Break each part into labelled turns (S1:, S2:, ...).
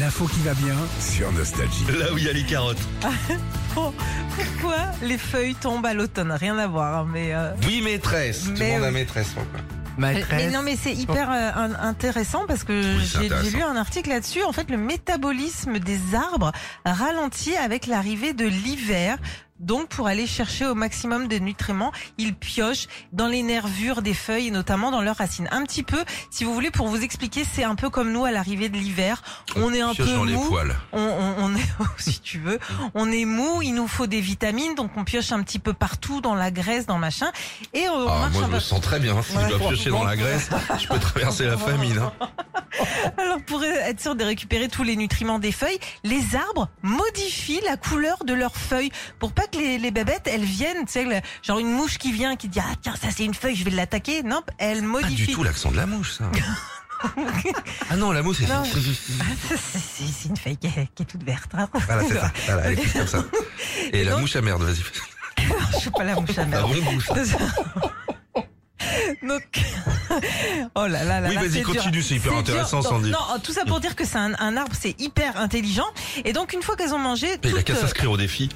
S1: L'info qui va bien sur Nostalgie.
S2: Là où il y a les carottes.
S3: Pourquoi les feuilles tombent à l'automne Rien à voir, hein, mais. euh,
S2: Oui, maîtresse. Tout
S3: Mais
S2: le monde a
S3: oui.
S2: maîtresse. moi.
S3: Mais non, mais c'est hyper euh, un- intéressant parce que
S2: Bah, c'est
S3: j'ai- j'ai
S2: intéressant.
S3: lu un article là-dessus. En fait, le métabolisme des arbres ralentit avec l'arrivée de l'hiver. Donc, pour aller chercher au maximum des nutriments, ils piochent dans les nervures des feuilles, et notamment dans leurs racines. Un petit peu, si vous voulez, pour vous expliquer, c'est un peu comme nous à l'arrivée de l'hiver. On est un peu
S2: Pioche dans les
S3: mou.
S2: poils.
S3: on, on, on est, si tu veux, on est mou, il nous faut des vitamines, donc on pioche un petit peu partout dans la graisse, dans machin, et euh, on
S2: Ah,
S3: marche
S2: moi,
S3: un
S2: je
S3: peu.
S2: me sens très bien. hein. Si
S3: Ouais.
S2: je dois piocher dans la graisse, je peux traverser la famine. hein.
S3: Alors pour être sûr de récupérer tous les nutriments des feuilles, les arbres modifient la couleur de leurs feuilles pour pas que les, les bébêtes elles viennent, tu sais, le- genre une mouche qui vient qui dit ah tiens ça c'est une feuille je vais l'attaquer, non elle
S2: Pas
S3: modifie.
S2: Ah, du tout l'accent de la mouche, ça. ah non, la mouche, c'est.
S3: Non. C'est- c'est c'est une feuille qui est, qui est toute verte. hein.
S2: Voilà, c'est ça. Voilà, elle est plus comme ça. Et la
S3: donc- Bah,
S2: mouche à merde, vas-y.
S3: je suis pas la mouche à
S2: La
S3: merde.
S2: ronde mouche.
S3: Donc, oh là là là.
S2: Oui,
S3: là,
S2: vas-y,
S3: c'est dur.
S2: continue, c'est hyper
S3: C'est dur.
S2: intéressant,
S3: Non,
S2: Sandy.
S3: Non, tout ça pour dire que c'est un, un arbre, c'est hyper intelligent. Et donc, une fois qu'elles ont mangé,
S2: Il a
S3: toutes,
S2: qu'à s'inscrire au défi.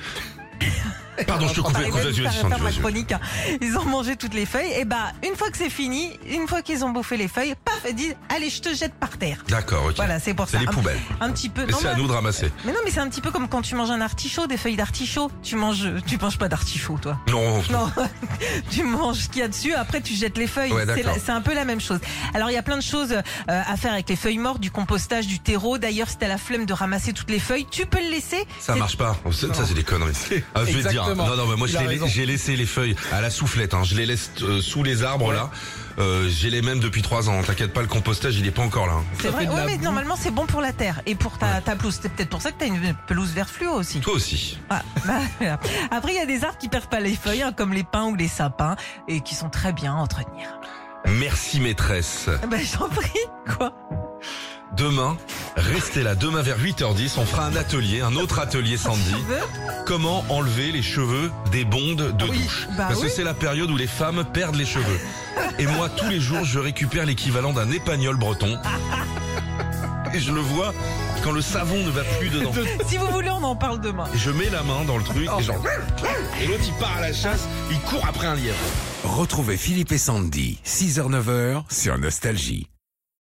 S3: euh,
S2: Pardon, je te coupe.
S3: Par les
S2: Vas-y,
S3: mêmes
S2: vas-y,
S3: par-
S2: Sandy,
S3: par ma
S2: vas-y.
S3: chronique, hein. Ils ont mangé toutes les feuilles. Et bah, une fois que c'est fini, une fois qu'ils ont bouffé les feuilles, paf, ils disent, allez, je te jette par terre.
S2: D'accord, ok.
S3: Voilà, c'est pour
S2: C'est
S3: ça.
S2: les
S3: Un-
S2: poubelles.
S3: Un, petit peu.
S2: Et
S3: non,
S2: c'est à
S3: mais-
S2: nous de ramasser.
S3: mais non, mais c'est un petit peu comme quand tu manges un artichaut, des feuilles d'artichaut. Tu manges, tu manges pas d'artichaut, toi.
S2: Non,
S3: Non, tu manges ce qu'il y a dessus, après tu jettes les feuilles.
S2: Ouais,
S3: c'est,
S2: d'accord.
S3: la- c'est un peu la même chose. Alors il y a plein de choses euh, à faire avec les feuilles mortes, du compostage, du terreau. D'ailleurs, si t'as la flemme de ramasser toutes les feuilles, tu peux le laisser.
S2: Ça
S3: C'est-
S2: marche pas. Ça, ça, c'est des conneries. Ah, je vais te dire.
S4: Exactement.
S2: Non, non, mais moi,
S4: Il
S2: je
S4: a
S2: les-
S4: raison.
S2: j'ai laissé les feuilles à la soufflette. hein. Je les laisse euh, sous les arbres là. Euh, j'ai les mêmes depuis trois ans. T'inquiète pas, le compostage, il est pas encore là. hein.
S3: C'est vrai,
S4: fait de
S3: ouais,
S4: la
S3: mais
S4: boue.
S3: normalement c'est bon pour la terre et pour ta, ta pelouse. C'est peut-être pour ça que t'as une pelouse vert fluo aussi.
S2: Toi aussi.
S3: Ah, bah, voilà. Après, il y a des arbres qui perdent pas les feuilles, hein, comme les pins ou les sapins, et qui sont très bien à entretenir.
S2: Merci maîtresse.
S3: Ah Bah, j'en prie, quoi.
S2: Demain, restez là. Demain vers 8h10, on fera un atelier, un autre atelier Sandy.
S3: Tu veux
S2: Comment enlever les cheveux des bondes de douche
S3: bah
S2: Parce
S3: oui.
S2: que c'est la période où les femmes perdent les cheveux. Et moi, tous les jours, je récupère l'équivalent d'un épagnol breton. Et je le vois quand le savon ne va plus dedans.
S3: Si vous voulez, on en parle demain.
S2: Et je mets la main dans le truc et genre. Et l'autre, il part à la chasse, il court après un lièvre.
S1: Retrouvez Philippe et Sandy, 6h-9h sur Nostalgie.